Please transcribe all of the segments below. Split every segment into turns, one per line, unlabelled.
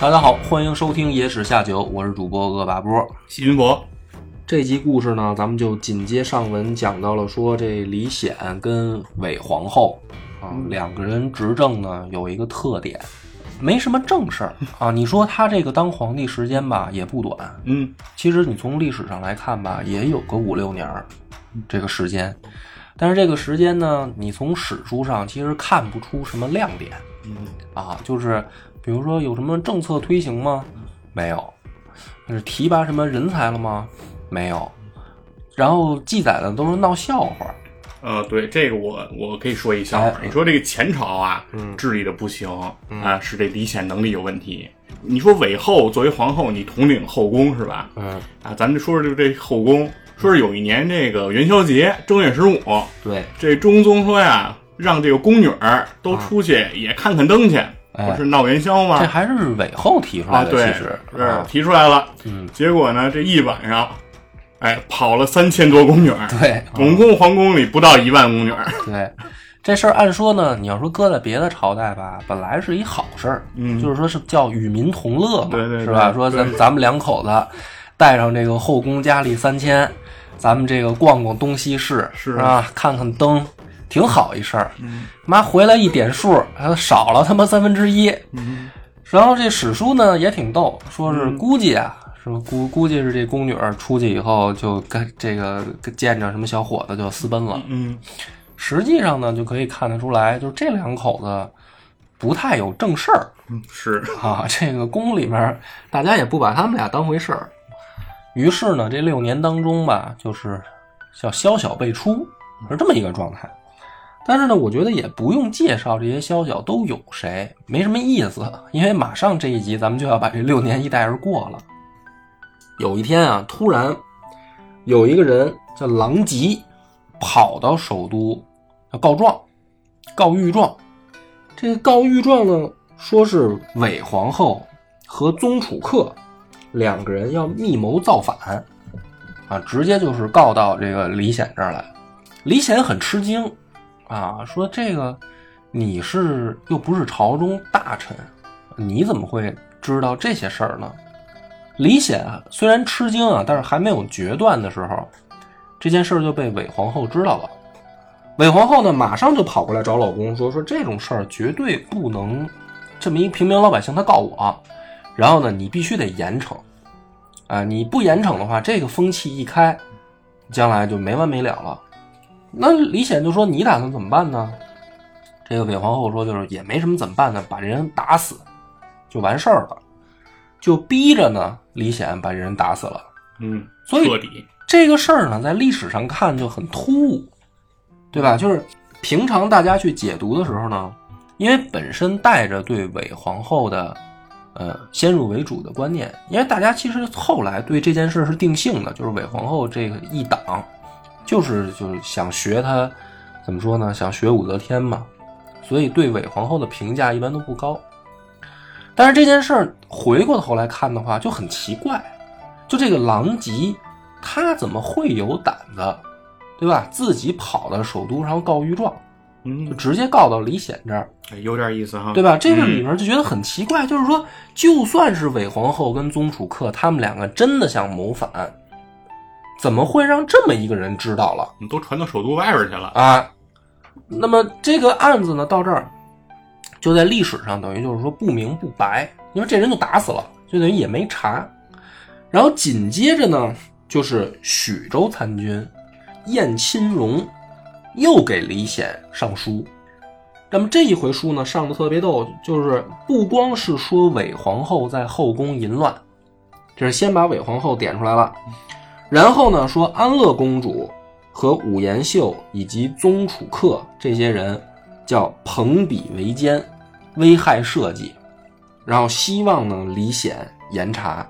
大家好，欢迎收听《野史下酒》，我是主播恶霸波。
细云博，
这集故事呢，咱们就紧接上文讲到了说，这李显跟韦皇后啊
嗯
两个人执政呢，有一个特点，没什么正事儿啊。 你说他这个当皇帝时间吧，也不短，
嗯，
其实你从历史上来看吧，也有个五六年儿
嗯
这个时间，但是这个时间呢，你从史书上其实看不出什么亮点，啊，就是比如说有什么政策推行吗？没有，就是提拔什么人才了吗？没有，然后记载的都是闹笑话，
呃，对这个我我可以说一下啊
哎。嗯
你说这个前朝啊，治理的不行啊，是这李显能力有问题。你说韦后作为皇后，你统领后宫是吧？
嗯，
啊，咱们就说说这后宫，说是有一年这个元宵节正月十五，
对，
这中宗说呀，让这个宫女儿都出去也看看灯去，
啊哎
不是闹元宵
这
吗？
还是韦后提出来
啊，
的，
对，
其实
是
啊，
提出来了。
嗯，
结果呢，这一晚上，哎，跑了三千多宫女儿，
对，啊
总共皇宫里不到一万宫女儿。
对，这事儿按说呢，你要说搁在别的朝代吧，本来是一好事儿，
嗯
就是说是叫与民同乐嘛，
对对对
是吧？说咱咱们两口子带上这个后宫佳丽三千，咱们这个逛逛东西市，
是嗯
啊，看看灯，挺好一事儿。妈回来一点数，还少了他妈三分之一。
嗯
然后这史书呢也挺逗，说是估计啊，说估估计是这宫女儿出去以后就跟这个跟见着什么小伙子就私奔了。
嗯，
实际上呢，就可以看得出来，就是这两口子不太有正事儿
是，
啊。 这个宫里面，大家也不把他们俩当回事儿。于是呢，这六年当中吧，就是叫萧小辈出，是这么一个状态。但是呢，我觉得也不用介绍这些萧小都有谁，没什么意思，因为马上这一集咱们就要把这六年一带而过了。有一天啊，突然有一个人叫狼藉，跑到首都要告状，告御状。这个告御状呢，说是韦皇后和宗楚客两个人要密谋造反，啊，直接就是告到这个李显这儿来。李显很吃惊，啊，说这个你是又不是朝中大臣，你怎么会知道这些事儿呢？李显啊，虽然吃惊啊，但是还没有决断的时候，这件事儿就被韦皇后知道了。韦皇后呢，马上就跑过来找老公说：“说这种事儿绝对不能，这么一平民老百姓他告我，啊然后呢，你必须得严惩，啊，你不严惩的话，这个风气一开，将来就没完没了了。”那李显就说：“你打算怎么办呢？”这个韦皇后说：“就是也没什么怎么办呢，把这人打死就完事儿了。”就逼着呢李显把这人打死了。
嗯，
所以
彻底，
这个事儿呢，在历史上看就很突兀，对吧？就是平常大家去解读的时候呢，因为本身带着对韦皇后的呃先入为主的观念，因为大家其实后来对这件事是定性的，就是韦皇后这个一党，就是就是想学她怎么说呢？想学武则天嘛，所以对韦皇后的评价一般都不高。但是这件事儿回过头来看的话，就很奇怪，就这个狼藉，他怎么会有胆子，对吧？自己跑到首都，然后告御状，就
嗯，哎
直接告到李显这儿，
有点意思哈，
对吧？这个里
嗯
面就觉得很奇怪，就是说，就算是韦皇后跟宗楚客他们两个真的想谋反，怎么会让这么一个人知道了？
你都传到首都外边去了，
啊。那么这个案子呢，到这儿就在历史上等于就是说不明不白，因为这人就打死了，就等于也没查。然后紧接着呢，就是许州参军燕钦荣又给李显上书。那么这一回书呢，上的特别逗，就是不光是说韦皇后在后宫淫乱，这是先把韦皇后点出来了，然后呢，说安乐公主和武延秀以及宗楚客这些人叫朋比为奸，危害社稷。然后希望呢李显严查。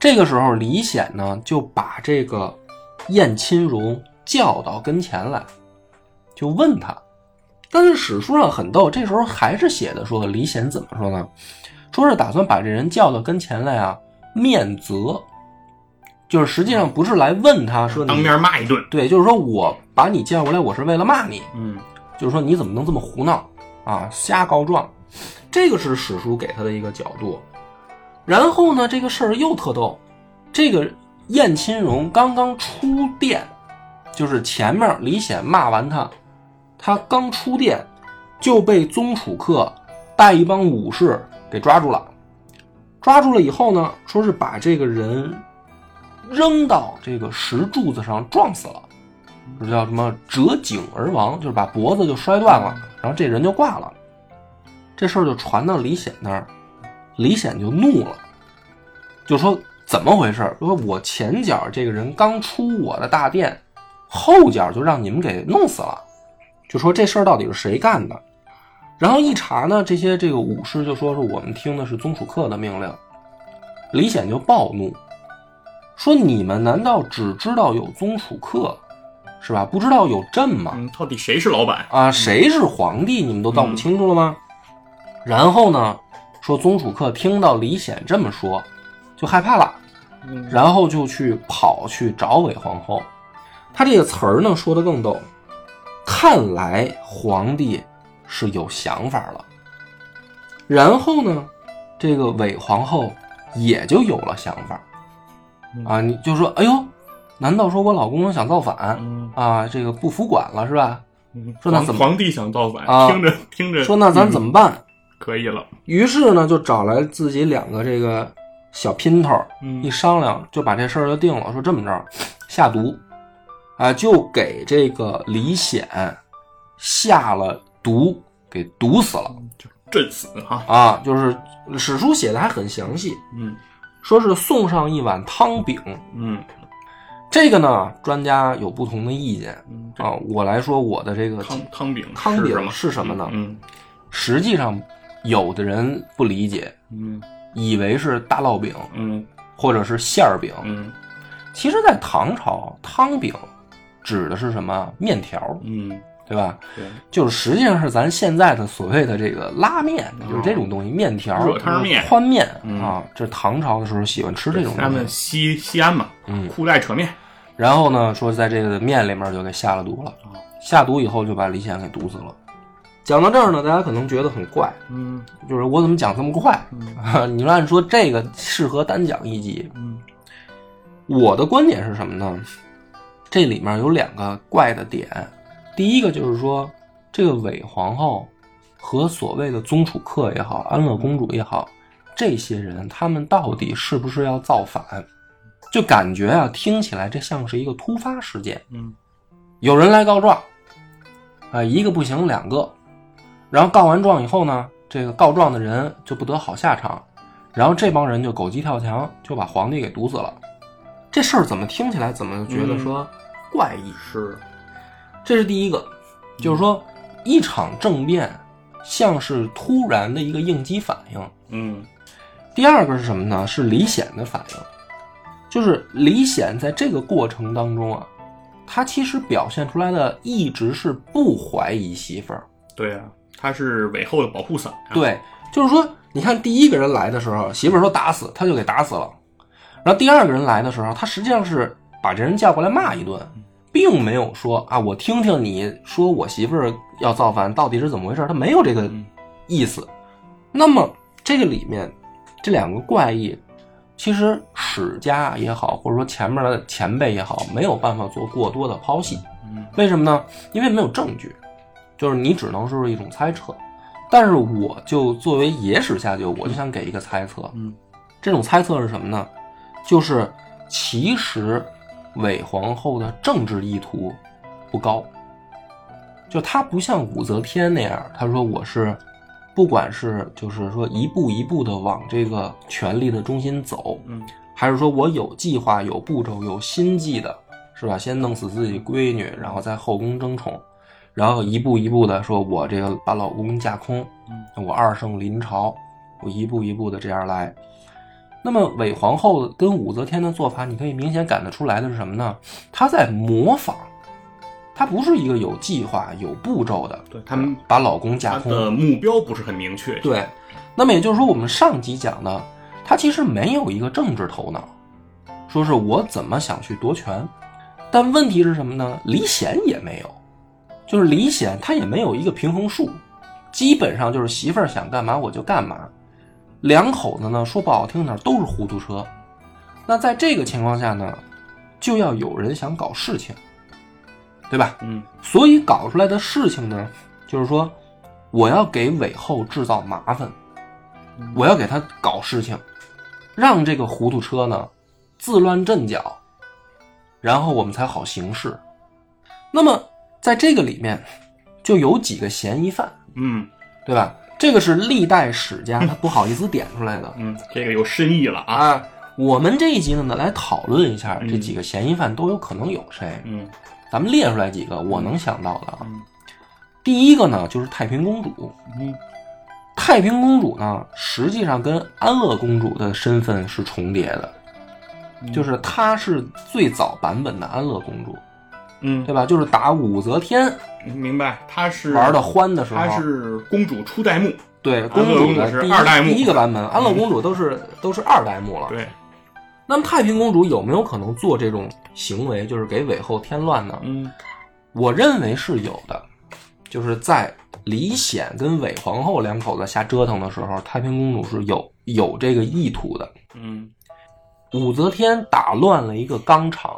这个时候，李显呢就把这个燕亲荣叫到跟前来，就问他。但是史书上很逗，这时候还是写的说李显怎么说呢？说是打算把这人叫到跟前来啊，面责，就是实际上不是来问他说你
当面骂一顿。
对，就是说我把你叫过来，我是为了骂你，
嗯，
就是说你怎么能这么胡闹啊，瞎告状，这个是史书给他的一个角度。然后呢，这个事儿又特逗，这个燕亲荣刚刚出殿，就是前面李显骂完他，他刚出殿就被宗楚客带一帮武士给抓住了。抓住了以后呢，说是把这个人扔到这个石柱子上撞死了，这叫什么折颈而亡，就是把脖子就摔断了，然后这人就挂了。这事儿就传到李显那儿，李显就怒了，就说怎么回事儿？说我前脚这个人刚出我的大殿，后脚就让你们给弄死了，就说这事儿到底是谁干的？然后一查呢，这些这个武士就说是我们听的是宗楚客的命令。李显就暴怒，说你们难道只知道有宗楚客，是吧？不知道有朕吗？
嗯，到底谁是老板？
啊，谁是皇帝，你们都弄不清楚了吗？然后呢，说宗楚客听到李显这么说，就害怕了，然后就去跑去找韦皇后。他这个词儿呢说的更逗，看来皇帝是有想法了。然后呢，这个韦皇后也就有了想法，啊，你就说，哎呦，难道说我老公想造反
嗯
啊？这个不服管了是吧？嗯说那
皇
怎么
皇帝想造反，
啊
听着听着，嗯
说那咱怎么办？
可以了？
于是呢，就找来自己两个这个小姘头，
嗯
一商量就把这事儿就定了。说这么着，下毒，啊，就给这个李显下了毒，给毒死了
朕死啊！
啊！就是史书写的还很详细，
嗯
说是送上一碗汤饼。
嗯
这个呢，专家有不同的意见
嗯，这
啊。我来说我的这个
汤汤饼
汤
是
饼
什么
是什么呢
嗯
实际上，有的人不理解，
嗯
以为是大烙饼。
嗯
或者是馅儿饼。
嗯
其实，在唐朝，汤饼指的是什么？面条，
嗯，
对吧？
对，
就是实际上是咱现在的所谓的这个拉面，就是这种东西，面条、
热汤面
宽面
嗯
啊。这是唐朝的时候喜欢吃这种
他
东
们
西。
西西安嘛，
嗯
裤带扯面，
然后呢，说在这个面里面就给下了毒了，
哦
下毒以后就把李显给毒死了。讲到这儿呢，大家可能觉得很怪，
嗯
就是我怎么讲这么快？ 你说按说这个适合单讲一集，
嗯
我的观点是什么呢？这里面有两个怪的点，第一个就是说，这个伪皇后和所谓的宗楚客也好，安乐公主也好，这些人他们到底是不是要造反？就感觉啊，听起来这像是一个突发事件，
嗯
有人来告状，啊、一个不行，两个，然后告完状以后呢，这个告状的人就不得好下场，然后这帮人就狗急跳墙，就把皇帝给毒死了。这事儿怎么听起来怎么觉得说怪异？
是，
这是第一个，就是说一场政变像是突然的一个应激反应。
嗯
第二个是什么呢？是李显的反应，就是李显在这个过程当中啊，他其实表现出来的一直是不怀疑媳妇儿。
对啊，他是韦后的保护伞，，啊
对，就是说，你看第一个人来的时候，媳妇儿说打死，他就给打死了。然后第二个人来的时候，他实际上是把这人叫过来骂一顿，并没有说啊，我听听你说我媳妇儿要造反到底是怎么回事，他没有这个意思。那么这个里面这两个怪异，其实史家也好，或者说前面的前辈也好，没有办法做过多的剖析。
嗯
为什么呢？因为没有证据，就是你只能说是一种猜测。但是我就作为野史下酒，我就想给一个猜测。
嗯，
这种猜测是什么呢？就是其实韦皇后的政治意图不高，就她不像武则天那样，她说我是不管是就是说一步一步的往这个权力的中心走，
嗯
还是说我有计划、有步骤、有心计的，是吧？先弄死自己闺女，然后在后宫争宠，
嗯
然后一步一步的说，我这个把老公架空，我二圣临朝，我一步一步的这样来。那么韦皇后跟武则天的做法，你可以明显感得出来的是什么呢？她在模仿，她不是一个有计划、有步骤的，
对他们
把老公架
他
空。
的目标不是很明确，
对，那么也就是说，我们上集讲的，他其实没有一个政治头脑，说是我怎么想去夺权。但问题是什么呢？李显也没有，就是李显他也没有一个平衡术，基本上就是媳妇儿想干嘛我就干嘛。两口子呢，说不好听点儿都是糊涂车。那在这个情况下呢，就要有人想搞事情，对吧？
嗯，
所以搞出来的事情呢，就是说，我要给韦后制造麻烦，我要给他搞事情，让这个糊涂车呢自乱阵脚，然后我们才好行事。那么在这个里面，就有几个嫌疑犯，
嗯
对吧？这个是历代史家他不好意思点出来的
嗯，这个有深意了啊，
啊。我们这一集呢，来讨论一下这几个嫌疑犯都有可能有谁。
嗯
咱们列出来几个我能想到的啊。
嗯
第一个呢，就是太平公主。
嗯
太平公主呢，实际上跟安乐公主的身份是重叠的，就是她是最早版本的安乐公主，
嗯
对，吧？就是打武则天
明白，他是
玩的欢的时候，
他是公主初代目，
对
安乐
主
公主
的
是
第一
二代目嗯
第一个版本，安乐公主都是、都是二代目了。
对，
那么太平公主有没有可能做这种行为，就是给韦后添乱呢？
嗯
我认为是有的，就是在李显跟韦皇后两口子瞎折腾的时候，太平公主是有有这个意图的。
嗯
武则天打乱了一个纲常，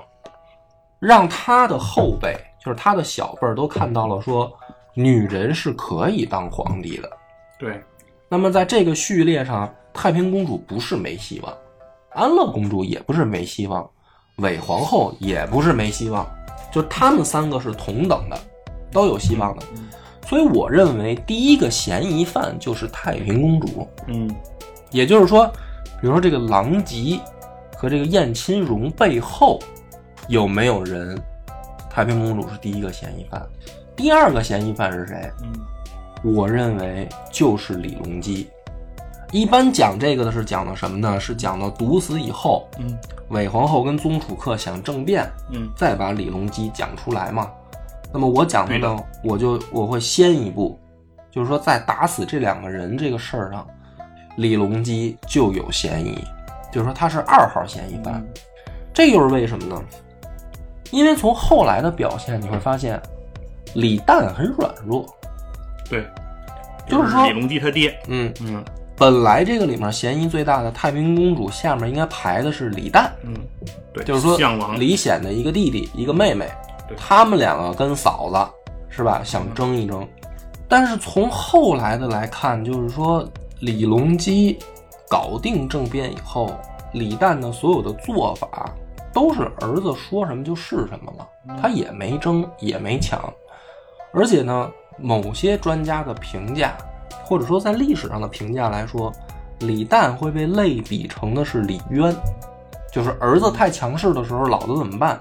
让她的后辈，就是她的小辈儿，都看到了说，女人是可以当皇帝的。
对，
那么在这个序列上，太平公主不是没希望，安乐公主也不是没希望，韦皇后也不是没希望，就他们三个是同等的，都有希望的。所以我认为第一个嫌疑犯就是太平公主，
嗯
也就是说，比如说这个狼藉和这个燕亲荣背后有没有人？太平公主是第一个嫌疑犯，第二个嫌疑犯是谁？
嗯
我认为就是李隆基。一般讲这个的是讲的什么呢？是讲到毒死以后，
嗯
韦皇后跟宗楚客想政变，
嗯
再把李隆基讲出来嘛。那么我讲的
对
呢，我就我会先一步，就是说在打死这两个人这个事儿上，李隆基就有嫌疑，就是说他是二号嫌
嗯
疑犯。这又是为什么呢？因为从后来的表现你会发现，李旦很软弱，
对，
就是说
李隆基他爹，
嗯，
嗯
本来这个里面嫌疑最大的太平公主下面应该排的是李旦，
嗯，对，
就是说
项王
李显的一个弟弟一个妹妹
对，
他们两个跟嫂子是吧？想争一争，但是从后来的来看，就是说李隆基搞定政变以后，李旦的所有的做法都是儿子说什么就是什么
嗯
了，他也没争也没抢，而且呢，某些专家的评价，或者说在历史上的评价来说，李旦会被类比成的是李渊，就是儿子太强势的时候，老子怎么办？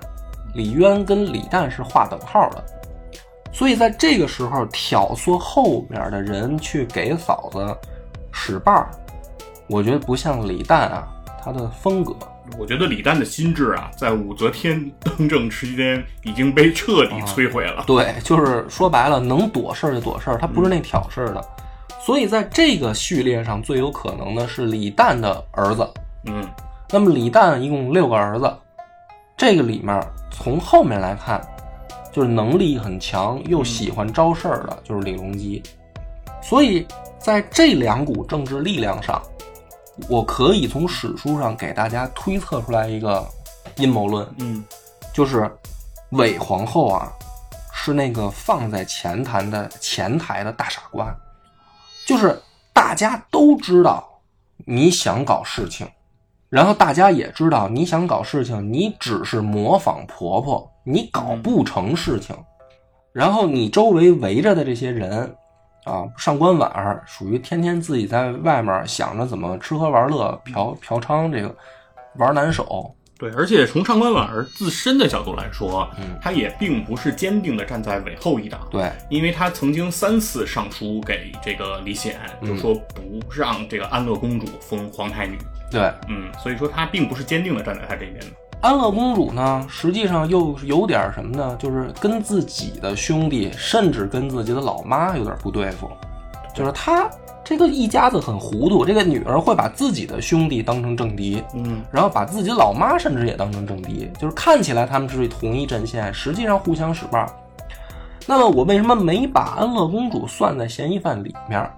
李渊跟李旦是划等号的，所以在这个时候挑唆后面的人去给嫂子使绊儿，我觉得不像李旦啊，他的风格。
我觉得李旦的心智啊，在武则天登政期间已经被彻
啊
底摧毁了。
对，就是说白了，能躲事儿就躲事儿，他不是那挑事儿的。所以在这个序列上，最有可能的是李旦的儿子。
嗯
那么李旦一共六个儿子，这个里面从后面来看，就是能力很强又喜欢招事儿的，就是李隆基。所以在这两股政治力量上，我可以从史书上给大家推测出来一个阴谋论，
嗯
就是韦皇后啊，是那个放在前台的前台的大傻瓜，就是大家都知道你想搞事情，然后大家也知道你想搞事情，你只是模仿婆婆，你搞不成事情，然后你周围围着的这些人。啊，上官婉儿属于天天自己在外面想着怎么吃喝玩乐、嫖嫖娼，这个玩难手，
对，而且从上官婉儿自身的角度来说，她也并不是坚定的站在韦后一党，
对，
因为她曾经三次上书给这个李显，就说不让这个安乐公主封皇太女，
对，
嗯，所以说她并不是坚定的站在她这边的，
安乐公主呢，实际上又有点什么呢？就是跟自己的兄弟，甚至跟自己的老妈有点不对付。就是她这个一家子很糊涂，这个女儿会把自己的兄弟当成政敌，
嗯，
然后把自己的老妈甚至也当成政敌，就是看起来他们是同一阵线，实际上互相使绊。那么我为什么没把安乐公主算在嫌疑犯里面？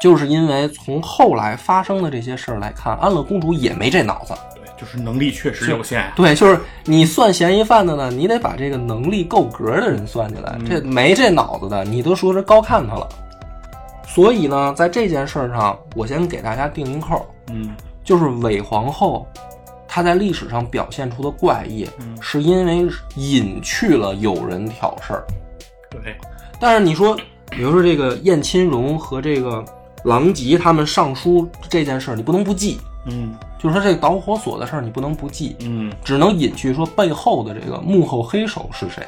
就是因为从后来发生的这些事儿来看，安乐公主也没这脑子。
对，就是能力确实有限，啊
对，就是你算嫌疑犯的呢，你得把这个能力够格的人算进来。这没这脑子的，你都说是高看他了。所以呢，在这件事儿上，我先给大家定一扣，
嗯，
就是韦皇后，她在历史上表现出的怪异，是因为隐去了有人挑事儿。
对，
但是你说，比如说这个燕亲荣和这个狼藉他们上书这件事儿，你不能不记，
嗯
就是说这个导火索的事儿，你不能不记。
嗯，
只能隐去说背后的这个幕后黑手是谁。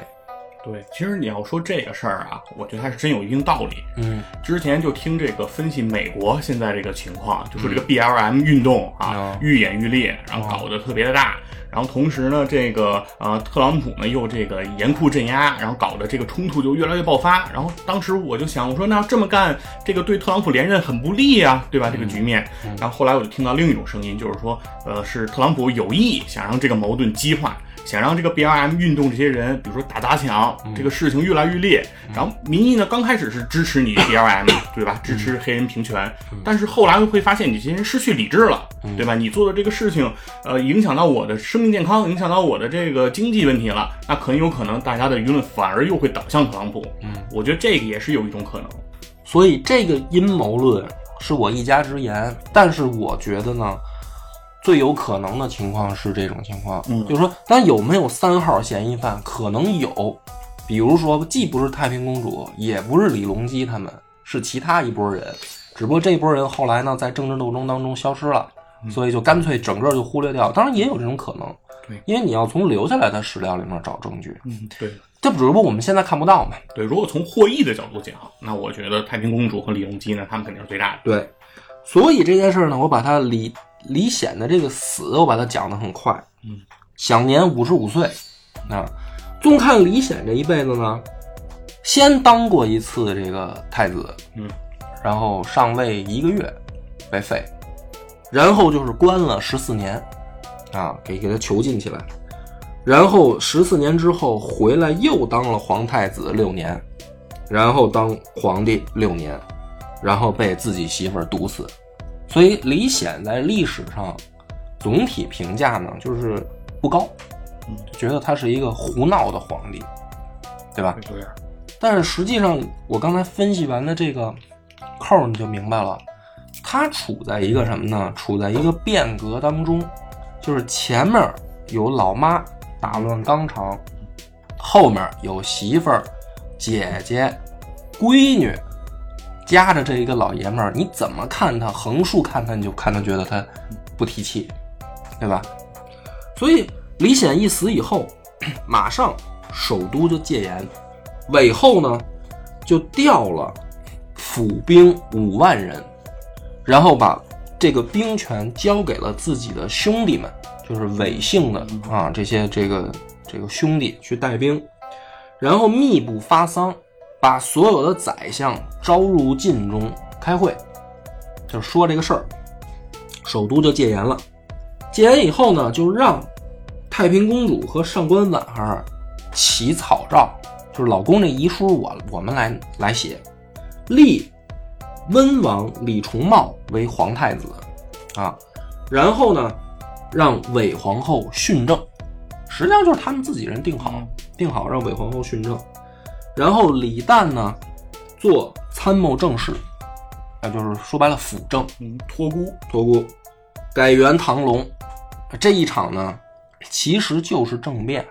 对，其实你要说这个事儿啊，我觉得还是真有一定道理，
嗯，
之前就听这个分析美国现在这个情况，就说这个 BLM 运动啊
嗯，
愈演愈烈，然后搞得特别的大。然后同时呢，这个呃，特朗普呢又这个严酷镇压，然后搞得这个冲突就越来越爆发。然后当时我就想，我说那这么干，这个对特朗普连任很不利啊，对吧？这个局面。然后后来我就听到另一种声音，就是说，呃，是特朗普有意想让这个矛盾激化，想让这个 BLM 运动这些人，比如说打砸抢，这个事情越来越烈。然后民意呢，刚开始是支持你 BLM，对吧？支持黑人平权，但是后来会发现你这些人失去理智了，对吧？你做的这个事情，呃，影响到我的生命健康，影响到我的这个经济问题了，那很有可能大家的舆论反而又会导向特朗普。嗯，我觉得这个也是有一种可能。
所以这个阴谋论是我一家之言，但是我觉得呢，最有可能的情况是这种情况，
嗯
就是说，但有没有三号嫌疑犯？可能有，比如说，既不是太平公主，也不是李隆基他们，是其他一拨人，只不过这拨人后来呢，在政治斗争当中消失了。
嗯
所以就干脆整个就忽略掉，当然也有这种可能，
对
因为你要从留下来的史料里面找证据，
嗯，对
这只不过我们现在看不到嘛。
对，如果从获益的角度讲，那我觉得太平公主和李隆基呢，他们肯定是最大的。
对，所以这件事儿呢，我把他李李显的这个死，我把它讲得很快。
嗯，
享年五十五岁。啊，纵看李显这一辈子呢，先当过一次这个太子，
嗯，
然后上位一个月被废，然后就是关了十四年，啊，给给他囚禁起来。然后十四年之后回来，又当了皇太子六年，然后当皇帝六年，然后被自己媳妇儿毒死。所以李显在历史上总体评价呢，就是不高，就觉得他是一个胡闹的皇帝，啊对吧？
对，
但是实际上，我刚才分析完的这个扣儿，你就明白了，他处在一个什么呢？处在一个变革当中，就是前面有老妈打乱纲常，后面有媳妇儿、姐姐、闺女，夹着这一个老爷们儿，你怎么看他？横竖看他，你就看他觉得他不提气，对吧？所以李显一死以后， 马上首都就戒严，韦后呢就调了府兵五万人，然后把这个兵权交给了自己的兄弟们，就是韦姓的啊这些这个这个兄弟去带兵，然后密不发丧，把所有的宰相招入禁中开会，就说这个事儿，首都就戒严了。戒严以后呢，就让太平公主和上官婉儿起草诏，就是老公这遗书我我们来来写，立温王李重茂为皇太子，啊，然后呢，让韦皇后训政，实际上就是他们自己人定好
嗯，
定好让韦皇后训政，然后李旦呢做参谋政事，那就是说白了辅政，
嗯，托孤，
托孤，改元唐隆，这一场呢，其实就是政变，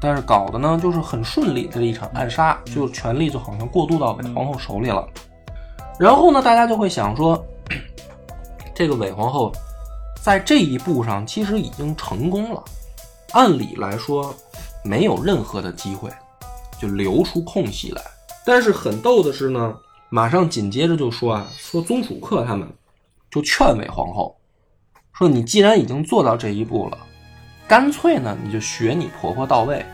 但是搞的呢就是很顺利的一场暗杀，就权力就好像过渡到韦皇后手里了。然后呢，大家就会想说，这个韦皇后在这一步上其实已经成功了。按理来说，没有任何的机会就留出空隙来。但是很逗的是呢，马上紧接着就说啊，说宗楚客他们就劝慰皇后，说你既然已经做到这一步了，干脆呢你就学你婆婆到位，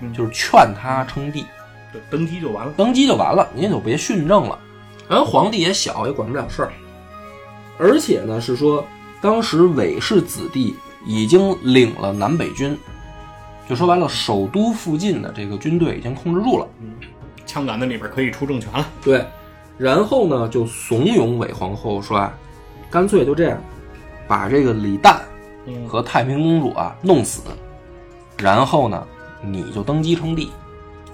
嗯
就是劝她称帝，
对，登基就完了。
登基就完了，你也就别训政了。然后皇帝也小，也管不了事儿。而且呢，是说当时韦氏子弟已经领了南北军，就说白了，首都附近的这个军队已经控制住了。
枪杆子里边可以出政权了。
对，然后呢，就怂恿韦皇后说啊，干脆就这样，把这个李旦
嗯
和太平公主啊弄死，然后呢，你就登基称帝。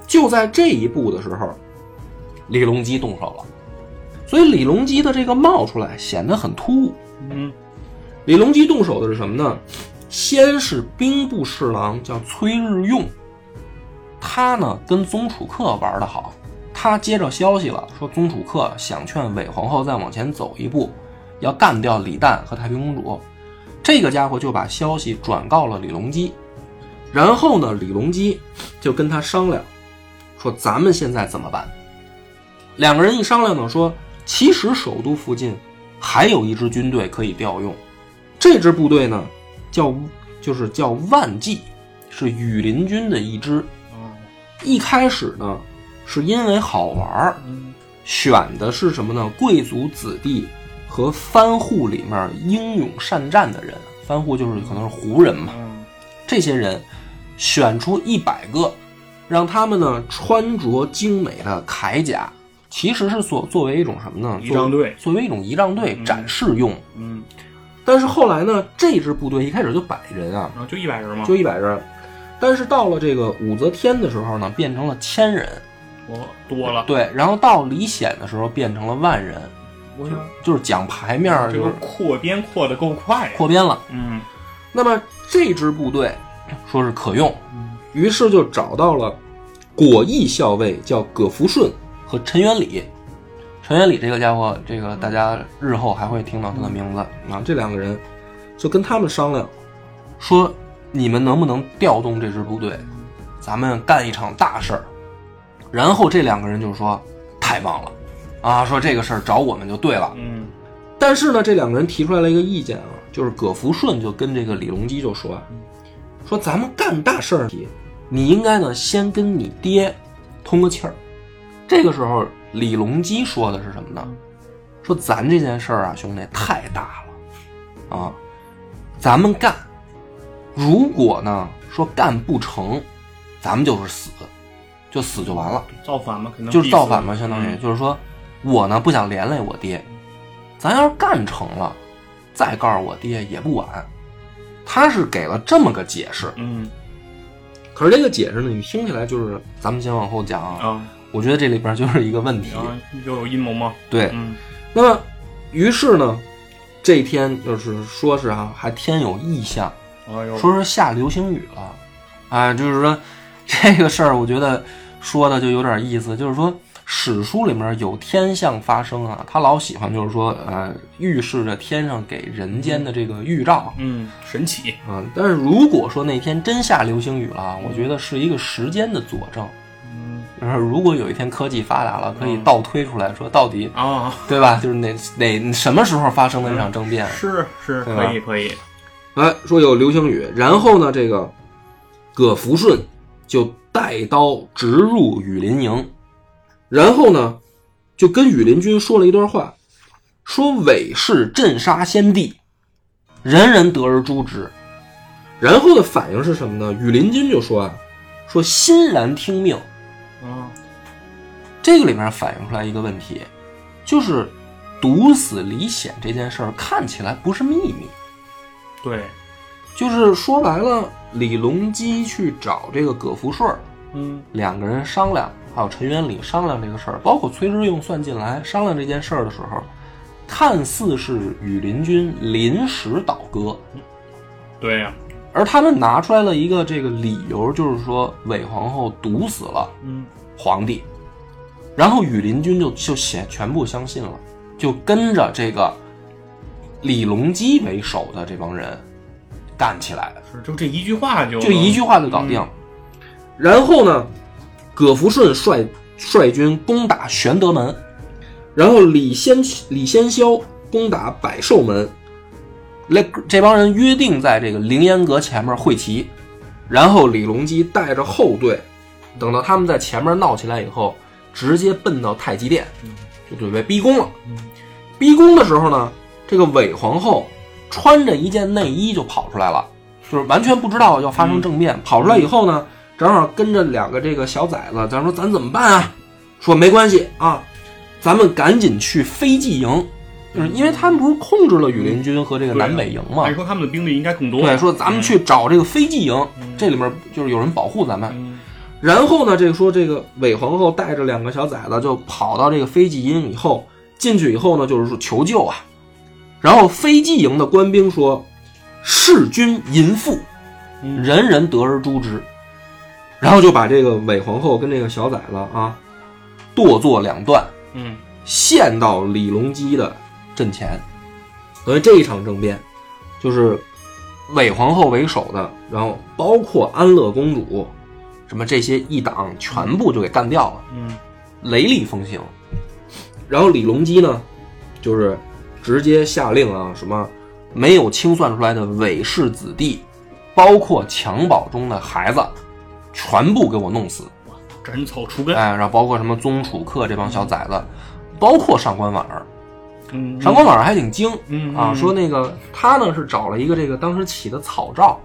就在这一步的时候，李隆基动手了，所以李隆基的这个冒出来显得很突兀。
嗯
李隆基动手的是什么呢？先是兵部侍郎叫崔日用，他呢跟宗楚客玩得好，他接着消息了，说宗楚客想劝韦皇后再往前走一步，要干掉李旦和太平公主。这个家伙就把消息转告了李隆基，然后呢，李隆基就跟他商量，说咱们现在怎么办？两个人一商量呢，说其实首都附近还有一支军队可以调用，这支部队呢叫就是叫万骑，是羽林军的一支。
啊
一开始呢是因为好玩儿，
嗯
选的是什么呢？贵族子弟和藩户里面英勇善战的人，藩户就是可能是胡人嘛，
嗯
这些人选出一百个，让他们呢穿着精美的铠甲，其实是作作为一种什么呢？
仪仗队
作为一种仪仗队
嗯
展示用。
嗯，
但是后来呢，这支部队一开始就百人啊，
然后就一百人嘛。
就一百人，但是到了这个武则天的时候呢，变成了千人，
我多了，
对，然后到李显的时候变成了万人，
我
就是讲牌面儿
这
就
个
是
扩编扩的够快呀。
扩编了。
嗯
那么这支部队说是可用
嗯，
于是就找到了果毅校尉叫葛福顺和陈元礼。陈元礼这个家伙，这个大家日后还会听到他的名字啊。这两个人就跟他们商量，说你们能不能调动这支部队，咱们干一场大事儿。然后这两个人就说太棒了，啊，说这个事儿找我们就对了。
嗯
但是呢，这两个人提出来了一个意见啊，就是葛福顺就跟这个李隆基就说啊，说咱们干大事儿，你应该呢先跟你爹通个气儿。这个时候，李隆基说的是什么呢？说咱这件事儿啊，兄弟太大了，啊，咱们干。如果呢说干不成，咱们就是死，就死就完了。
造反嘛，肯定
就是
必死
造反嘛，相当于、就是说，我呢不想连累我爹，咱要是干成了，再告诉我爹也不晚。他是给了这么个解释，
嗯
可是这个解释呢，你听起来就是咱们先往后讲啊，
啊，
我觉得这里边就是一个问题。
然后又有阴谋嘛。
对，
嗯
那么于是呢，这天就是说是啊，还天有异象，
哎呦，
说是下流星雨了，啊，就是说这个事儿，我觉得说的就有点意思，就是说史书里面有天象发生啊，他老喜欢就是说呃预示着天上给人间的这个预兆
嗯，神奇。
啊，但是如果说那天真下流星雨了，我觉得是一个时间的佐证，
嗯
然后如果有一天科技发达了，可以倒推出来说到底
啊，
对吧？就是哪哪什么时候发生的这场政变，啊
是是，
哎对吧
可以可以。
哎，说有流星雨，然后呢，这个葛福顺就带刀直入羽林营，然后呢，就跟羽林军说了一段话，说韦氏镇杀先帝，人人得而诛之。然后的反应是什么呢？羽林军就说啊，说欣然听命。
啊，
这个里面反映出来一个问题，就是毒死李显这件事儿看起来不是秘密，
对，
就是说白了，李隆基去找这个葛福顺儿，
嗯
两个人商量，还有陈元礼商量这个事儿，包括崔之用算进来商量这件事儿的时候，看似是羽林军临时倒戈，
对啊呀。
而他们拿出来了一个这个理由，就是说韦皇后毒死了
嗯
皇帝，然后羽林军就就写全部相信了，就跟着这个李隆基为首的这帮人干起来的，
是就这一句话就
就一句话就搞定了。然后呢，葛福顺率率军攻打玄德门，然后李先李先霄攻打百寿门，那这帮人约定在这个凌烟阁前面会齐，然后李隆基带着后队，等到他们在前面闹起来以后，直接奔到太极殿，就准备逼宫了。逼宫的时候呢，这个韦皇后穿着一件内衣就跑出来了，就是完全不知道要发生政变。跑出来以后呢，正好跟着两个这个小崽子，咱说咱怎么办啊？说没关系啊，咱们赶紧去飞骑营，就是因为他们不是控制了羽林军和这个
对啊
南北营嘛
按。说他们的兵力应该更多。
对，说咱们去找这个飞骑营，这里面就是有人保护咱们。
嗯，
然后呢，这个说这个韦皇后带着两个小崽子就跑到这个飞骑营以后，进去以后呢，就是说求救啊。然后飞骑营的官兵说：“弑君淫妇，
嗯
人人得而诛之。”然后就把这个韦皇后跟这个小崽子啊，剁作两段，
嗯
献到李隆基的阵前。所以这一场政变，就是韦皇后为首的，然后包括安乐公主，什么这些一党全部就给干掉了，
嗯
雷厉风行。然后李隆基呢，就是直接下令啊，什么没有清算出来的韦氏子弟，包括襁褓中的孩子，全部给我弄死。
嗯斩草除根。
哎，然后包括什么宗楚客这帮小崽子，包括上官婉儿，
嗯，
上官婉儿还挺精
嗯
啊，
嗯
说那个他呢是找了一个这个当时起的草诏，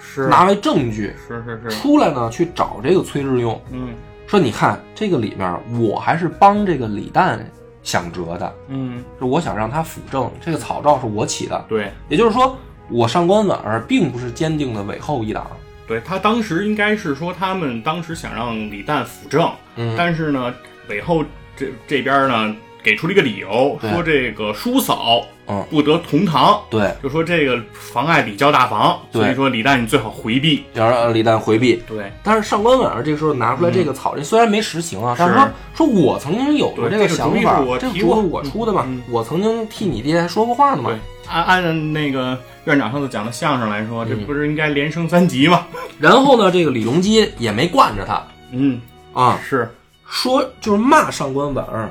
是
拿为证据，
嗯是是是，
出来呢去找这个崔致用，
嗯
说你看这个里面我还是帮这个李旦想辙的，
嗯，
是我想让他辅政，这个草诏是我起的，
对
也就是说我上官婉儿并不是坚定的韦后一党，
对，他当时应该是说他们当时想让李旦辅政，
嗯
但是呢，韦后这这边呢给出了一个理由，
对
说这个叔嫂
嗯
不得同堂，
对，
就说这个妨碍礼教大防，
对
所以说李旦你最好回避。
要让李旦回避，
对
但是上官婉儿这个时候拿出来这个草，这虽然没实行啊，
嗯是
但是说说我曾经有过
对
个
这个
想
主意
法
是，我
这个
提
主意
过
我出的嘛，
嗯
我曾经替你爹说过话的嘛
对。，按按那个院长上次讲的相声来说，这
嗯
不是应该连升三级吗？
然后呢，这个李隆基也没惯着他
嗯，
啊，
是，
说就是骂上官婉儿，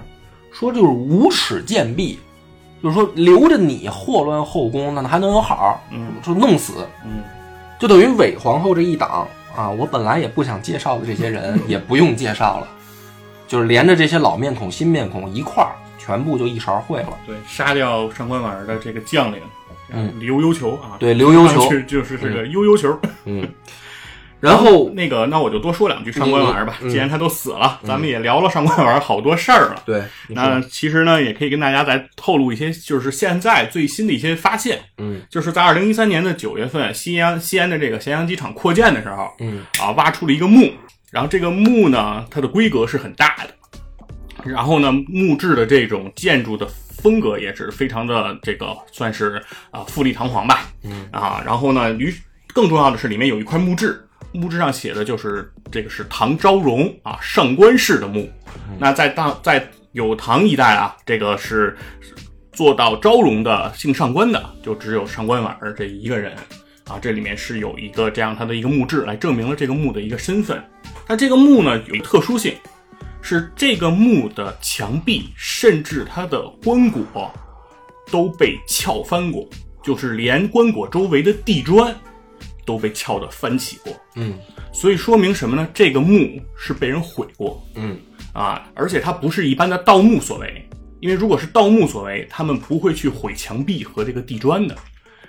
说就是无耻贱婢，就是说留着你祸乱后宫，那还能有好？
嗯，
就弄死，
嗯，
就等于韦皇后这一党啊，我本来也不想介绍的这些 人也不用介绍了，就是连着这些老面孔、新面孔一块儿，全部就一勺烩了。
对，杀掉上官婉儿的这个将领，
嗯
刘幽囚啊，
对，刘幽
上
球，
去就是这个悠悠球。
嗯，然后
那个，那我就多说两句上官婉儿吧。
嗯
既然他都死了，咱们也聊了上官婉儿好多事儿了。
对，
那其实呢，也可以跟大家再透露一些，就是现在最新的一些发现。
嗯
就是在二零一三年的九月份，西安西安的这个咸阳机场扩建的时候，
嗯
啊，挖出了一个墓，然后这个墓呢，它的规格是很大的，然后呢，木质的这种建筑的风格也是非常的这个算是啊、富丽堂皇吧，嗯啊，然后呢，于更重要的是里面有一块墓志，墓志上写的就是这个是唐昭容啊上官氏的墓，那在当在有唐一代啊，这个是是做到昭容的姓上官的，就只有上官婉儿这一个人啊。这里面是有一个这样他的一个墓志来证明了这个墓的一个身份。那这个墓呢有一特殊性，是这个墓的墙壁甚至它的棺椁都被撬翻过，就是连棺椁周围的地砖都被撬的翻起过。
嗯
所以说明什么呢？这个墓是被人毁过。
嗯
啊，而且它不是一般的盗墓所为，因为如果是盗墓所为，他们不会去毁墙壁和这个地砖的。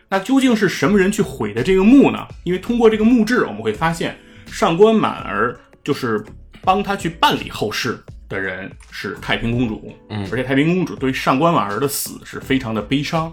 那究竟是什么人去毁的这个墓呢？因为通过这个墓志，我们会发现上官婉儿就是帮他去办理后事的人是太平公主，
嗯
而且太平公主对上官婉儿的死是非常的悲伤。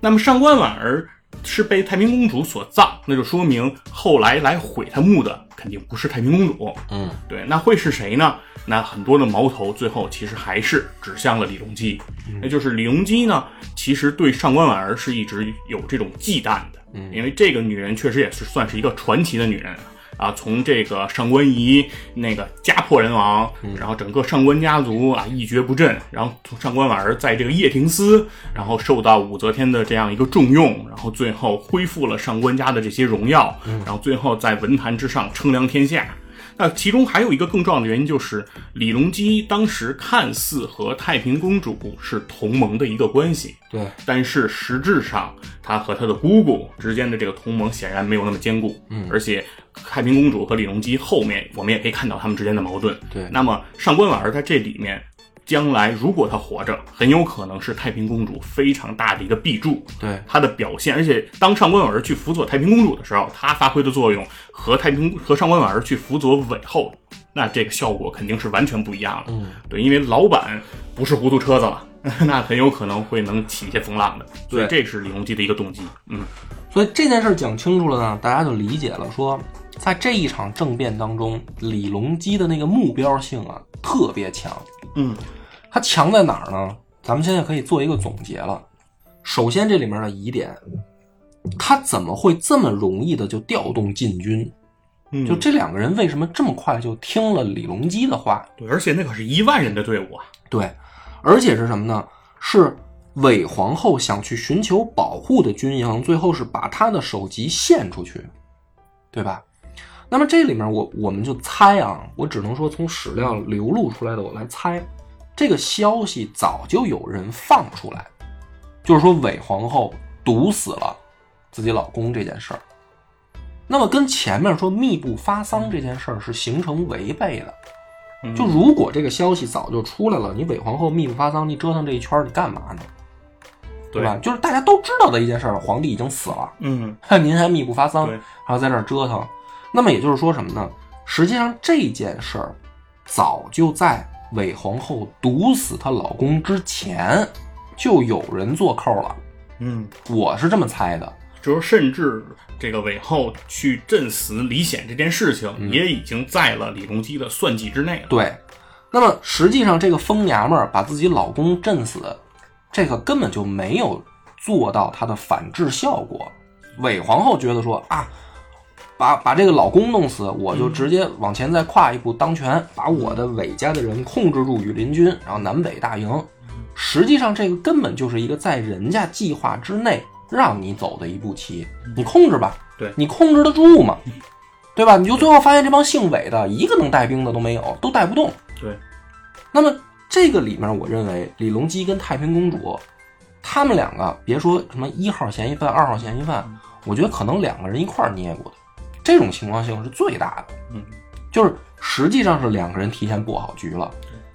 那么上官婉儿是被太平公主所葬，那就说明后来来毁她墓的肯定不是太平公主，
嗯
对，那会是谁呢？那很多的矛头最后其实还是指向了李隆基，那就是李隆基呢，其实对上官婉儿是一直有这种忌惮的，因为这个女人确实也是算是一个传奇的女人，啊，从这个上官仪那个家破人亡，然后整个上官家族啊一蹶不振，然后从上官婉儿在这个叶廷思，然后受到武则天的这样一个重用，然后最后恢复了上官家的这些荣耀，然后最后在文坛之上称量天下。那其中还有一个更重要的原因，就是李隆基当时看似和太平公主是同盟的一个关系，
对，
但是实质上，他和他的姑姑之间的这个同盟显然没有那么坚固。嗯，而且太平公主和李隆基后面，我们也可以看到他们之间的矛盾。
对
那么上官婉儿在这里面，将来如果她活着，很有可能是太平公主非常大的一个臂助。
对
她的表现，而且当上官婉儿去辅佐太平公主的时候，她发挥的作用和太平和上官婉儿去辅佐韦后，那这个效果肯定是完全不一样了。嗯，对，因为老板不是糊涂车子了。 那很有可能会能起一些风浪的，所以
对
这是李隆基的一个动机。嗯，
所以这件事儿讲清楚了呢，大家就理解了说。在这一场政变当中，李隆基的那个目标性啊特别强，
嗯，
它强在哪儿呢？咱们现在可以做一个总结了。首先，这里面的疑点，他怎么会这么容易的就调动禁军？
嗯
就这两个人为什么这么快就听了李隆基的话？
对，而且那可是一万人的队伍啊。
对，而且是什么呢？是韦皇后想去寻求保护的军营，最后是把她的首级献出去，对吧？那么这里面我我们就猜啊，我只能说从史料流露出来的，我来猜，这个消息早就有人放出来，就是说韦皇后毒死了自己老公这件事儿。那么跟前面说密不发丧这件事儿是形成违背的，
嗯
就如果这个消息早就出来了，你韦皇后密不发丧，你折腾这一圈儿，你干嘛呢？对吧？就是大家都知道的一件事儿，皇帝已经死了，
嗯，
您还密不发丧，
对
然后在这儿折腾。那么也就是说什么呢？实际上这件事儿早就在韦皇后毒死她老公之前，就有人做扣了。
嗯，
我是这么猜的，
就是甚至这个韦后去镇死李显这件事情，也已经在了李隆基的算计之内了。
嗯对，那么实际上这个疯娘们儿把自己老公震死，这个根本就没有做到她的反制效果。韦皇后觉得说啊，把把这个老公弄死，我就直接往前再跨一步当权，把我的韦家的人控制住羽林军，然后南北大营。实际上，这个根本就是一个在人家计划之内让你走的一步棋，你控制吧，
对
你控制得住吗？对吧？你就最后发现这帮姓韦的一个能带兵的都没有，都带不动。
对，
那么这个里面，我认为李隆基跟太平公主，他们两个别说什么一号嫌疑犯、二号嫌疑犯，我觉得可能两个人一块儿捏过的，这种情况性是最大的。
嗯，
就是实际上是两个人提前布好局了，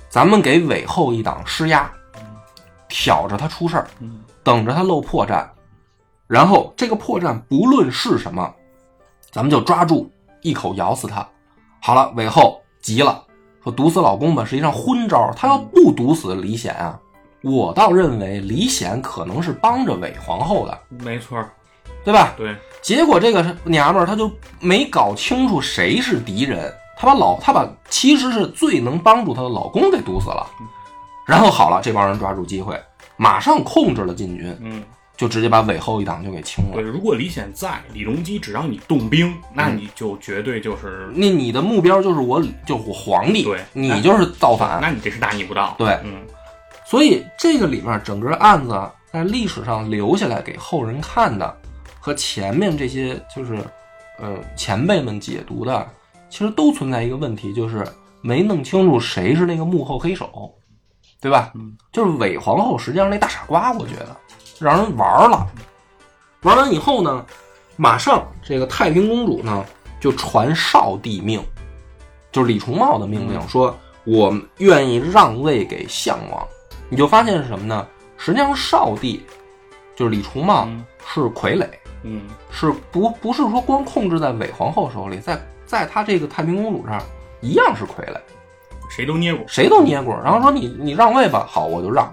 咱们给韦后一档施压，挑着他出事儿，
嗯
等着他露破绽，然后这个破绽不论是什么，咱们就抓住，一口咬死他。好了，韦后急了，说毒死老公吧，实际上昏招。他要不毒死李显啊，我倒认为李显可能是帮着韦皇后的，
没错儿，
对吧？
对，
结果这个娘们儿她就没搞清楚谁是敌人，她把老她把其实是最能帮助她的老公给毒死了。然后好了，这帮人抓住机会，马上控制了禁军，
嗯，
就直接把韦后一党就给清了
对。。如果李显在，李隆基只让你动兵，那你就绝对就是，
那你的目标就是我，就是我皇帝，
对
你就是造反。
那你这是大逆不道。
对
嗯，
所以这个里面整个案子啊在历史上留下来给后人看的，和前面这些就是，呃，前辈们解读的，其实都存在一个问题，就是没弄清楚谁是那个幕后黑手，对吧？就是韦皇后实际上那大傻瓜，我觉得让人玩儿了。玩完以后呢，马上这个太平公主呢就传少帝命，就是李重茂的命令，说我愿意让位给项王。你就发现是什么呢？实际上少帝就是李重茂
嗯
是傀儡，
嗯，
是不不是说光控制在韦皇后手里，在在他这个太平公主这儿一样是傀儡。
谁都捏过。
谁都捏过，然后说你你让位吧，好，我就让，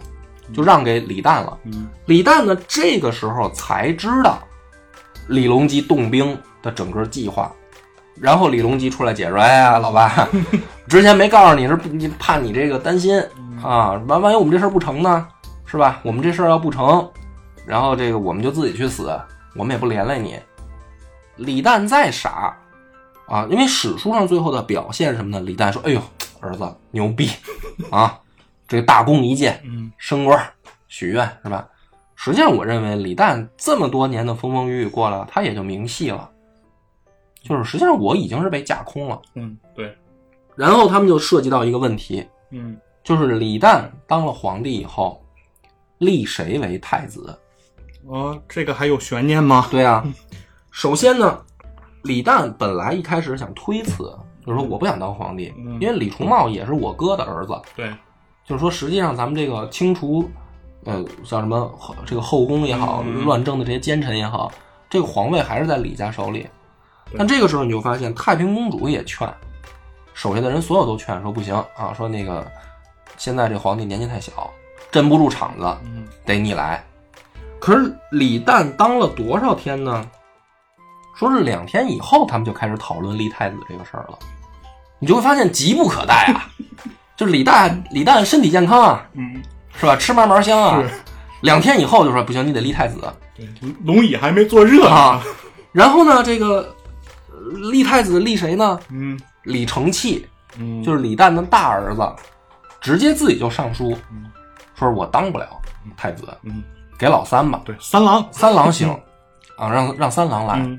就让给李旦了。
嗯
李旦呢，这个时候才知道李隆基动兵的整个计划，然后李隆基出来解说：“哎呀，老爸，之前没告诉你是你怕你这个担心啊，万万一我们这事儿不成呢，是吧？我们这事儿要不成，然后这个我们就自己去死，我们也不连累你。”李旦再傻，啊，因为史书上最后的表现什么的，李旦说：“哎呦，儿子牛逼啊，这大功一件，
嗯，
升官儿许愿是吧？”实际上，我认为李旦这么多年的风风雨雨过了，他也就明细了，就是实际上我已经是被架空了。
嗯，对，
然后他们就涉及到一个问题，
嗯
就是李旦当了皇帝以后，立谁为太子？
哦，这个还有悬念吗？
对啊，首先呢，李旦本来一开始想推辞，就是说我不想当皇帝，
嗯
因为李重茂也是我哥的儿子，
对，
就是说实际上咱们这个清除，呃，像什么后这个后宫也好，
嗯
乱政的这些奸臣也好，这个皇位还是在李家手里。
对
但这个时候你就发现，太平公主也劝，手下的人所有都劝说不行啊，说那个现在这皇帝年纪太小，镇不住场子，
嗯
得你来。可是李旦当了多少天呢？说是两天以后，他们就开始讨论立太子这个事儿了。你就会发现急不可待啊！就李旦，李旦身体健康啊，
嗯，
是吧？吃嘛嘛香啊
是。
两天以后就说不行，你得立太子
对，龙椅还没坐热呢，
啊。然后呢，这个呃立太子立谁呢？
嗯
李承器，
嗯，
就是李旦的大儿子，直接自己就上书
嗯，
说我当不了太子，
嗯，
给老三吧。
对，三郎，
三郎行啊，让让三郎来，
嗯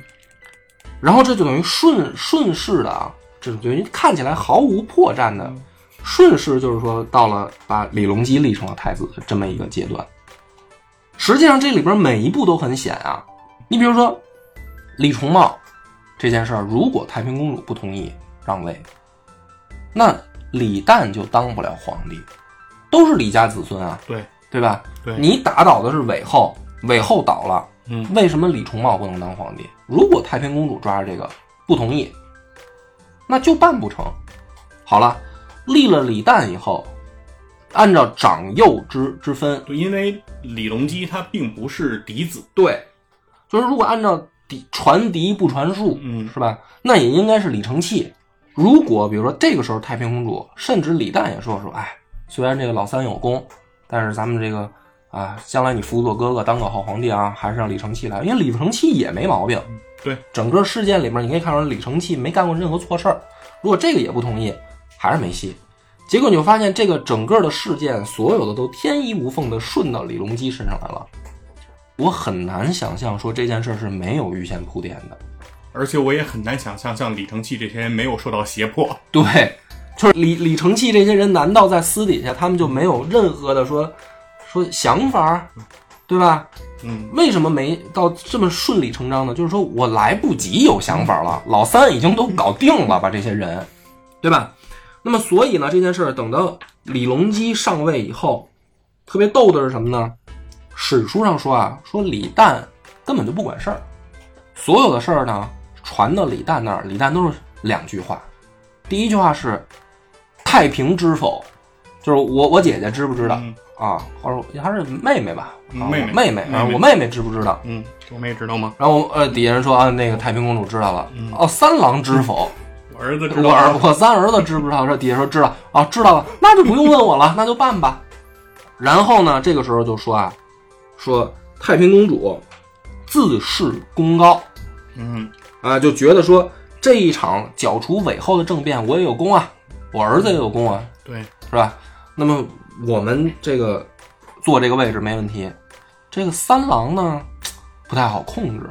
然后这就等于顺顺势的啊，这就等于看起来毫无破绽的
嗯
顺势，就是说到了把李隆基立成了太子的这么一个阶段。实际上这里边每一步都很险啊，你比如说李重茂这件事儿，如果太平公主不同意让位，那李旦就当不了皇帝，都是李家子孙啊，
对
对吧？
对，
你打倒的是韦后，韦后倒了。
嗯
为什么李重茂不能当皇帝？如果太平公主抓着这个不同意，那就办不成。好了，立了李旦以后，按照长幼之之分，
对，因为李隆基他并不是嫡子，
对，就是如果按照嫡传嫡不传庶，
嗯
是吧？那也应该是李承器。如果比如说这个时候太平公主，甚至李旦也说说，哎，虽然这个老三有功，但是咱们这个啊，将来你辅佐哥哥当个好皇帝啊，还是让李承器来，因为李承器也没毛病。
嗯对，
整个事件里面，你可以看出来李承器没干过任何错事儿。如果这个也不同意，还是没戏。结果你就发现，这个整个的事件，所有的都天衣无缝的顺到李隆基身上来了。我很难想象说这件事儿是没有预先铺垫的。
而且我也很难想象像李承器这些人没有受到胁迫，
对，就是李李承器这些人，难道在私底下他们就没有任何的说说想法儿，对吧？
嗯
为什么没到这么顺理成章呢？就是说我来不及有想法了，老三已经都搞定了，把这些人，对吧？那么所以呢，这件事儿等到李隆基上位以后，特别逗的是什么呢？史书上说啊，说李旦根本就不管事儿，所有的事儿呢传到李旦那儿，李旦都是两句话，第一句话是“太平知否”，就是我我姐姐知不知道、
嗯
啊？或者还是妹妹吧，
嗯
啊
妹
我
妹
妹妹啊，
妹妹
我妹妹知不知道？
嗯，我们也知道吗？
然后我呃，底下人说啊，那个太平公主知道了。
嗯
哦，三郎知否？
我儿子知
我
道
儿
吗，
我三儿子知不知道？这底下说知道啊，知道了，那就不用问我了，那就办吧。然后呢，这个时候就说啊，说太平公主自恃功高
嗯
啊，就觉得说这一场剿除韦后的政变，我也有功啊，我儿子也有功啊，
对，
是吧？那么我们这个坐这个位置没问题。这个三郎呢，不太好控制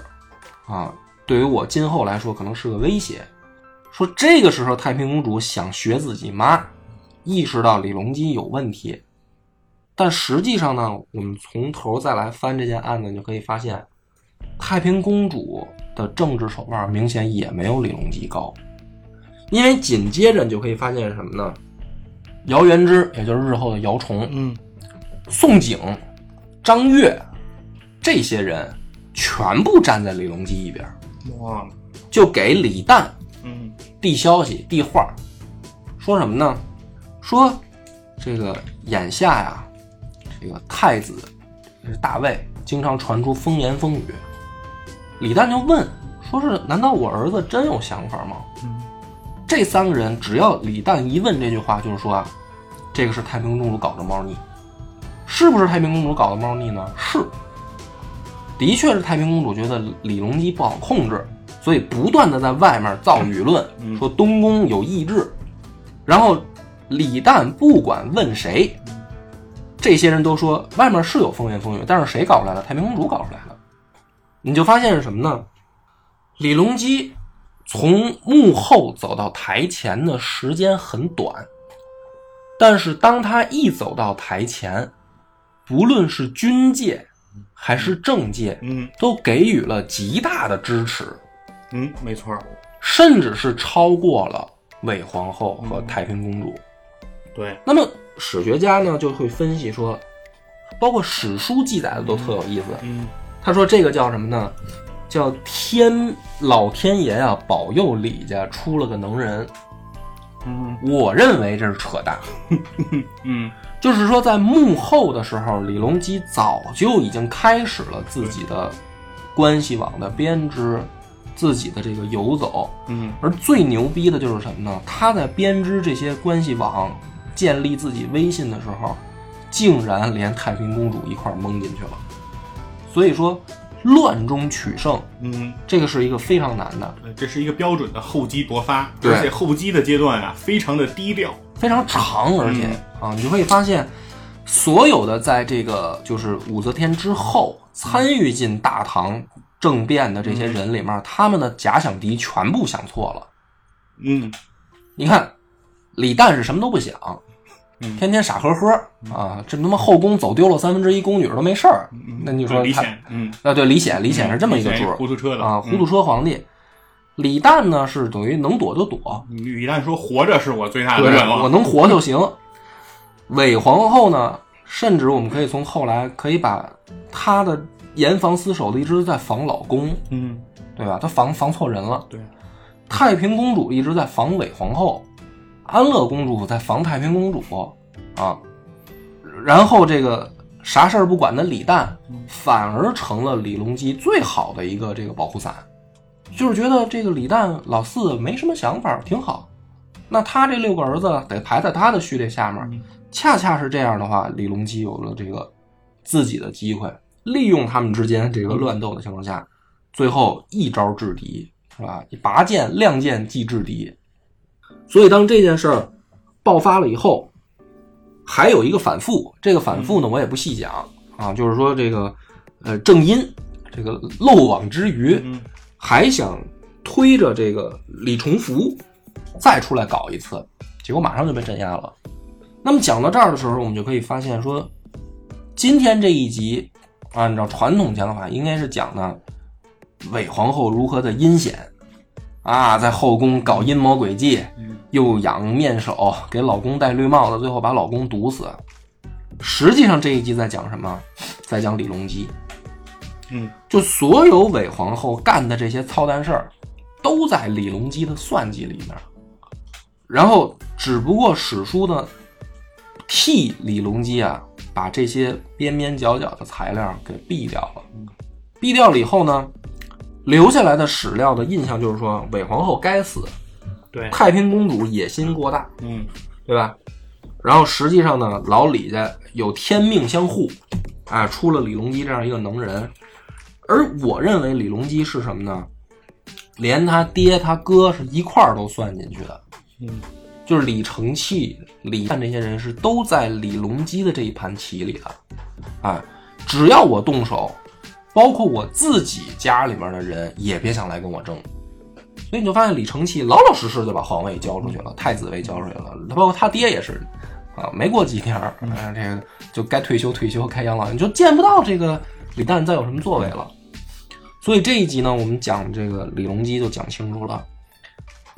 啊，对于我今后来说可能是个威胁。说这个时候太平公主想学自己妈，意识到李隆基有问题，但实际上呢，我们从头再来翻这件案子，你就可以发现，太平公主的政治手腕明显也没有李隆基高，因为紧接着你就可以发现什么呢？姚元之，也就是日后的姚崇，
嗯
宋璟、张悦这些人全部站在李隆基一边，
哇，
就给李旦
嗯
递消息、递话，说什么呢？说这个眼下呀，这个太子这是大卫，经常传出风言风语。李旦就问，说是难道我儿子真有想法吗？
嗯
这三个人只要李旦一问这句话，就是说啊，这个是太平公主搞的猫腻，是不是太平公主搞的猫腻呢？是。的确是太平公主觉得李隆基不好控制，所以不断的在外面造舆论，
嗯
说东宫有意志。然后李旦不管问谁，这些人都说外面是有风言风语，但是谁搞出来的？太平公主搞出来的。你就发现是什么呢？李隆基从幕后走到台前的时间很短，但是当他一走到台前，不论是军界还是政界，
嗯
都给予了极大的支持，
嗯，没错儿，
甚至是超过了韦皇后和太平公主。
对，
那么史学家呢就会分析说，包括史书记载的都特有意思。
嗯
他说这个叫什么呢？叫天老天爷啊，保佑李家出了个能人。
嗯
我认为这是扯淡。
嗯，
就是说，在幕后的时候，李隆基早就已经开始了自己的关系网的编织，自己的这个游走。
嗯
而最牛逼的就是什么呢？他在编织这些关系网、建立自己威信的时候，竟然连太平公主一块儿蒙进去了。所以说，乱中取胜，
嗯，
这个是一个非常难的、
对呃这是一个标准的厚积薄发，
对
而且厚积的阶段啊，非常的低调。
非常长，而
嗯
且、啊，你就会发现，所有的在这个就是武则天之后参与进大唐政变的这些人里面，他们的假想敌全部想错了。
嗯
你看，李旦是什么都不想，
嗯
天天傻呵呵啊，这他妈后宫走丢了三分之一宫女儿都没事儿。
嗯，
那你说
对李
他
显，嗯，
啊，对，李显，李显是这么一个
李
主
显
儿
是糊涂车的嗯
啊，糊涂车皇帝。李旦呢是等于能躲就躲，
李旦说活啊着是我最大的
对，
愿
我
望。
能活就行。 韦皇后呢，甚至我们可以从后来可以把她的严防死守的一直在防老公，
嗯，
对吧？她防防错人了。
对，
太平公主一直在防韦皇后，安乐公主在防太平公主啊。然后这个啥事儿不管的李旦，反而成了李隆基最好的一个这个保护伞，就是觉得这个李旦老四没什么想法，挺好。那他这六个儿子得排在他的序列下面
嗯，
恰恰是这样的话，李隆基有了这个自己的机会，利用他们之间这个乱斗的情况下，最后一招制敌，是吧？你拔剑、亮剑即制敌。所以当这件事儿爆发了以后，还有一个反复，这个反复呢，我也不细讲啊，就是说这个呃正因这个漏网之鱼，
嗯
还想推着这个李重福再出来搞一次，结果马上就被镇压了。那么讲到这儿的时候，我们就可以发现说，今天这一集按照传统讲法，应该是讲呢韦皇后如何的阴险啊，在后宫搞阴谋诡计，
嗯
又养面首，给老公戴绿帽子，最后把老公毒死。实际上这一集在讲什么？在讲李隆基。
嗯
就所有韦皇后干的这些操蛋事儿，都在李隆基的算计里面。然后，只不过史书呢，替李隆基啊，把这些边边角角的材料给避掉了。避掉了以后呢，留下来的史料的印象就是说，韦皇后该死，
对，
太平公主野心过大，
嗯
对吧？然后实际上呢，老李家有天命相护，啊，出了李隆基这样一个能人。而我认为李隆基是什么呢？连他爹他哥是一块儿都算进去的，
嗯
就是李承器、李旦这些人是都在李隆基的这一盘棋里的，啊，只要我动手，包括我自己家里面的人也别想来跟我争。所以你就发现李承器老老实实就把皇位交出去了，太子位交出去了，他包括他爹也是，啊，没过几天儿，啊，这个就该退休退休，该养老，你就见不到这个李旦再有什么作为了。所以这一集呢，我们讲这个李隆基就讲清楚了。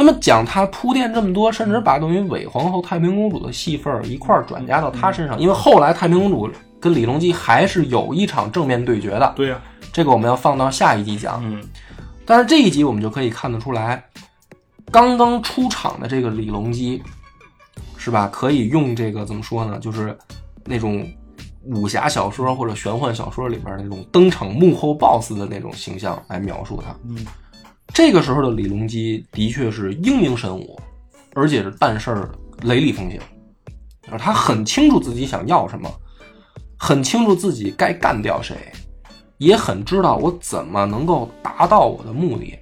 那么讲他铺垫这么多，甚至把等于韦皇后、太平公主的戏份儿一块儿转嫁到他身上，因为后来太平公主跟李隆基还是有一场正面对决的，
对呀，
这个我们要放到下一集讲。
嗯
但是这一集我们就可以看得出来，刚刚出场的这个李隆基，是吧？可以用这个怎么说呢？就是那种武侠小说或者玄幻小说里边那种登场幕后 BOSS 的那种形象来描述他。
嗯
这个时候的李隆基的确是英明神武，而且是办事儿雷厉风行，而他很清楚自己想要什么，很清楚自己该干掉谁，也很知道我怎么能够达到我的目的。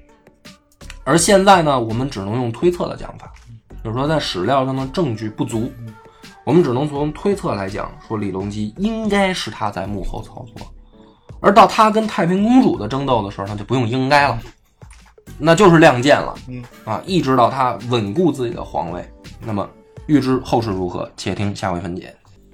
而现在呢，我们只能用推测的讲法，就是说在史料上的证据不足，我们只能从推测来讲，说李隆基应该是他在幕后操作。而到他跟太平公主的争斗的时候，那就不用应该了，那就是亮剑了。
嗯
啊，一直到他稳固自己的皇位。那么，预知后事如何，且听下回分解。